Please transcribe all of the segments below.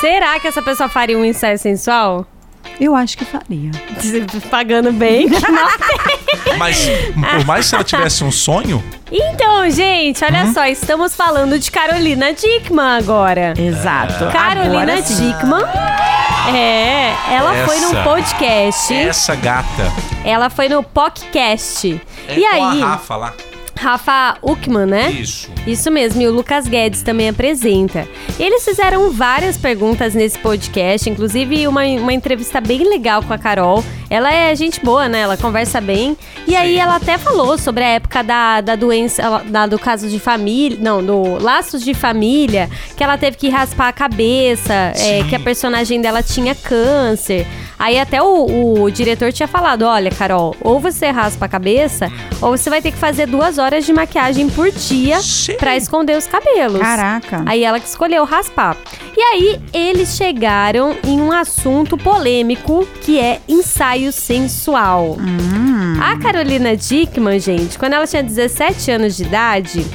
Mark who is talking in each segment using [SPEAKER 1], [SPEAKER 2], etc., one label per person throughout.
[SPEAKER 1] Será que essa pessoa faria um incesto sensual?
[SPEAKER 2] Eu acho que faria.
[SPEAKER 1] Pagando bem.
[SPEAKER 3] Mas por mais que ela tivesse um sonho,
[SPEAKER 1] Então, gente, olha só, estamos falando de Carolina Dickman agora.
[SPEAKER 2] Exato.
[SPEAKER 1] Carolina
[SPEAKER 2] É. Agora sim.
[SPEAKER 1] Dickman. É, ela foi num
[SPEAKER 3] Essa. É.
[SPEAKER 1] podcast,
[SPEAKER 3] essa gata.
[SPEAKER 1] ela foi no podcast. e
[SPEAKER 3] com
[SPEAKER 1] aí,
[SPEAKER 3] É a Rafa lá.
[SPEAKER 1] Rafa Uckman, né?
[SPEAKER 3] Isso.
[SPEAKER 1] Isso mesmo, e o Lucas Guedes também apresenta. Eles fizeram várias perguntas nesse podcast, inclusive uma, uma entrevista bem legal com a Carol. Ela é gente boa, né? Ela conversa bem. E aí ela até falou sobre a época da, da doença, ela- da- do caso de família, não, do laços de família, que ela teve que raspar a cabeça, é,
[SPEAKER 3] Sim.
[SPEAKER 1] que a personagem dela tinha câncer. Aí até o, o diretor tinha falado, olha, Carol, ou você raspa a cabeça, ou você vai ter que fazer duas horas de maquiagem por dia
[SPEAKER 3] Sim.
[SPEAKER 1] pra esconder os cabelos.
[SPEAKER 2] Caraca.
[SPEAKER 1] Aí ela que escolheu raspar. E aí eles chegaram em um assunto polêmico que é ensaio sensual. A Carolina Dickman, gente, quando ela tinha 17 anos de idade,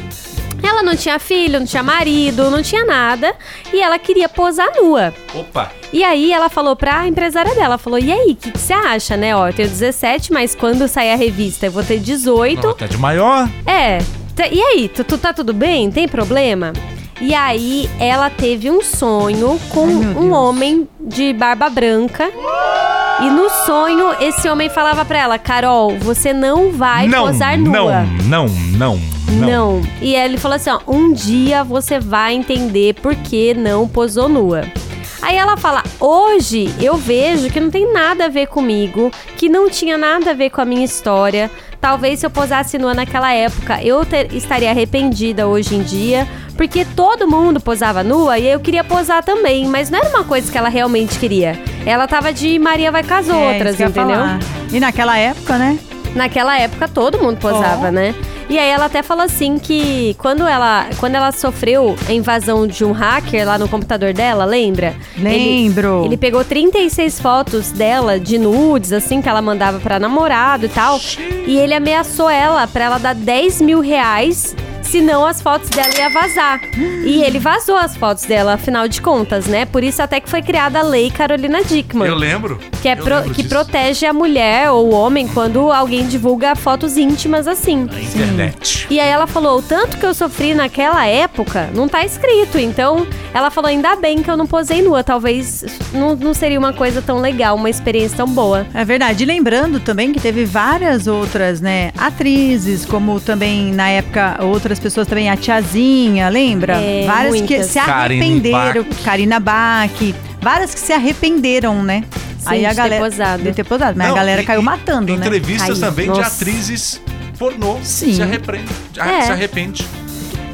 [SPEAKER 1] ela não tinha filho, não tinha marido, não tinha nada, e ela queria posar nua.
[SPEAKER 3] Opa.
[SPEAKER 1] E aí ela falou pra empresária dela, ela falou: "E aí, o que que você acha, né? Ó, eu tenho 17, mas quando sair a revista eu vou ter 18,
[SPEAKER 3] Não, tá de maior.
[SPEAKER 1] é. tá- E aí, tu, tu tá tudo bem? Tem problema? E aí, ela teve um sonho com
[SPEAKER 2] Ai, meu
[SPEAKER 1] um
[SPEAKER 2] Deus.
[SPEAKER 1] homem de barba branca. E no sonho, esse homem falava pra ela: Carol, você não vai
[SPEAKER 3] não,
[SPEAKER 1] posar nua.
[SPEAKER 3] não, não, não, não,
[SPEAKER 1] Não. E aí ele falou assim: ó, um dia você vai entender por que não posou nua. Aí ela fala: hoje eu vejo que não tem nada a ver comigo, que não tinha nada a ver com a minha história. Talvez se eu posasse nua naquela época, eu ter- estaria arrependida hoje em dia, porque todo mundo posava nua e eu queria posar também, mas não era uma coisa que ela realmente queria. Ela tava de Maria vai com as
[SPEAKER 2] É,
[SPEAKER 1] outras,
[SPEAKER 2] isso que eu ia
[SPEAKER 1] entendeu?
[SPEAKER 2] falar. E naquela época, né?
[SPEAKER 1] Naquela época todo mundo posava,
[SPEAKER 2] Ó.
[SPEAKER 1] né? E aí ela até falou assim que quando ela, quando ela sofreu a invasão de um hacker lá no computador dela, lembra? Ele-
[SPEAKER 2] Lembro.
[SPEAKER 1] Ele pegou 36 fotos dela de nudes, assim, que ela mandava pra namorado e tal. E ele ameaçou ela pra ela dar 10 mil reais, senão as fotos dela ia vazar. E ele vazou as fotos dela, afinal de contas, né? Por isso até que foi criada a lei Carolina Dickman.
[SPEAKER 3] Eu lembro.
[SPEAKER 1] Que, é
[SPEAKER 3] Eu
[SPEAKER 1] pro-
[SPEAKER 3] lembro
[SPEAKER 1] que
[SPEAKER 3] disso.
[SPEAKER 1] protege a mulher ou o homem quando alguém divulga fotos íntimas assim.
[SPEAKER 3] Na internet.
[SPEAKER 1] E aí ela falou, o tanto que eu sofri naquela época, não tá escrito. Então, ela falou, ainda bem que eu não posei nua. Talvez não, não seria uma coisa tão legal, uma experiência tão boa.
[SPEAKER 2] É verdade. E lembrando também que teve várias outras, né, atrizes, como também na época outras pessoas também, a Tiazinha, lembra?
[SPEAKER 1] É,
[SPEAKER 2] várias que
[SPEAKER 1] muitas.
[SPEAKER 2] se
[SPEAKER 3] Karine
[SPEAKER 2] arrependeram, Karina Bach, várias que se arrependeram, né?
[SPEAKER 1] Sim, de ter posado.
[SPEAKER 2] de ter posado, mas
[SPEAKER 3] Não,
[SPEAKER 2] a galera
[SPEAKER 3] e-
[SPEAKER 2] caiu
[SPEAKER 3] e-
[SPEAKER 2] matando, né?
[SPEAKER 3] Entrevistas
[SPEAKER 1] Aí,
[SPEAKER 3] também de
[SPEAKER 1] nossa.
[SPEAKER 3] atrizes pornô.
[SPEAKER 2] Sim.
[SPEAKER 3] Se arrepende. ah,
[SPEAKER 1] É.
[SPEAKER 3] Se arrepende.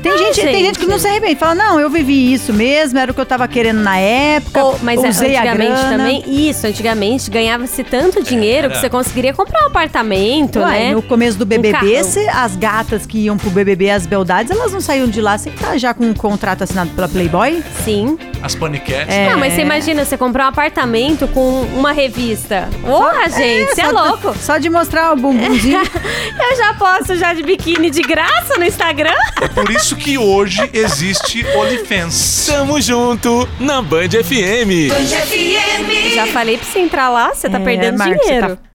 [SPEAKER 2] Tem, gente, tem
[SPEAKER 1] gente.
[SPEAKER 2] gente que não se arrepende, fala: "Não, eu vivi isso mesmo, era o que eu tava querendo na época".
[SPEAKER 1] Ou- mas é,
[SPEAKER 2] usei a
[SPEAKER 1] antigamente
[SPEAKER 2] grana.
[SPEAKER 1] também, isso, antigamente ganhava-se tanto dinheiro
[SPEAKER 3] Era.
[SPEAKER 1] que você conseguiria comprar um apartamento,
[SPEAKER 2] Ué,
[SPEAKER 1] né?
[SPEAKER 2] No começo do BBB,
[SPEAKER 1] carrão.
[SPEAKER 2] se- as gatas que iam pro BBB, as beldades, elas não saíam de lá sem estar já com um contrato assinado pela Playboy?
[SPEAKER 1] Sim.
[SPEAKER 3] As paniquetes. né?
[SPEAKER 2] É.
[SPEAKER 1] Não, mas você imagina, você comprar um apartamento com uma revista. Porra, gente, você é
[SPEAKER 2] só-
[SPEAKER 1] louco.
[SPEAKER 2] Só de mostrar o bumbumzinho.
[SPEAKER 1] Eu já posto já de biquíni de graça no Instagram?
[SPEAKER 3] É por isso que hoje existe OnlyFans.
[SPEAKER 4] Tamo junto na Band FM.
[SPEAKER 1] Já falei pra você entrar lá, você tá
[SPEAKER 2] É,
[SPEAKER 1] perdendo É,
[SPEAKER 2] Marcos, você
[SPEAKER 1] dinheiro.
[SPEAKER 2] tá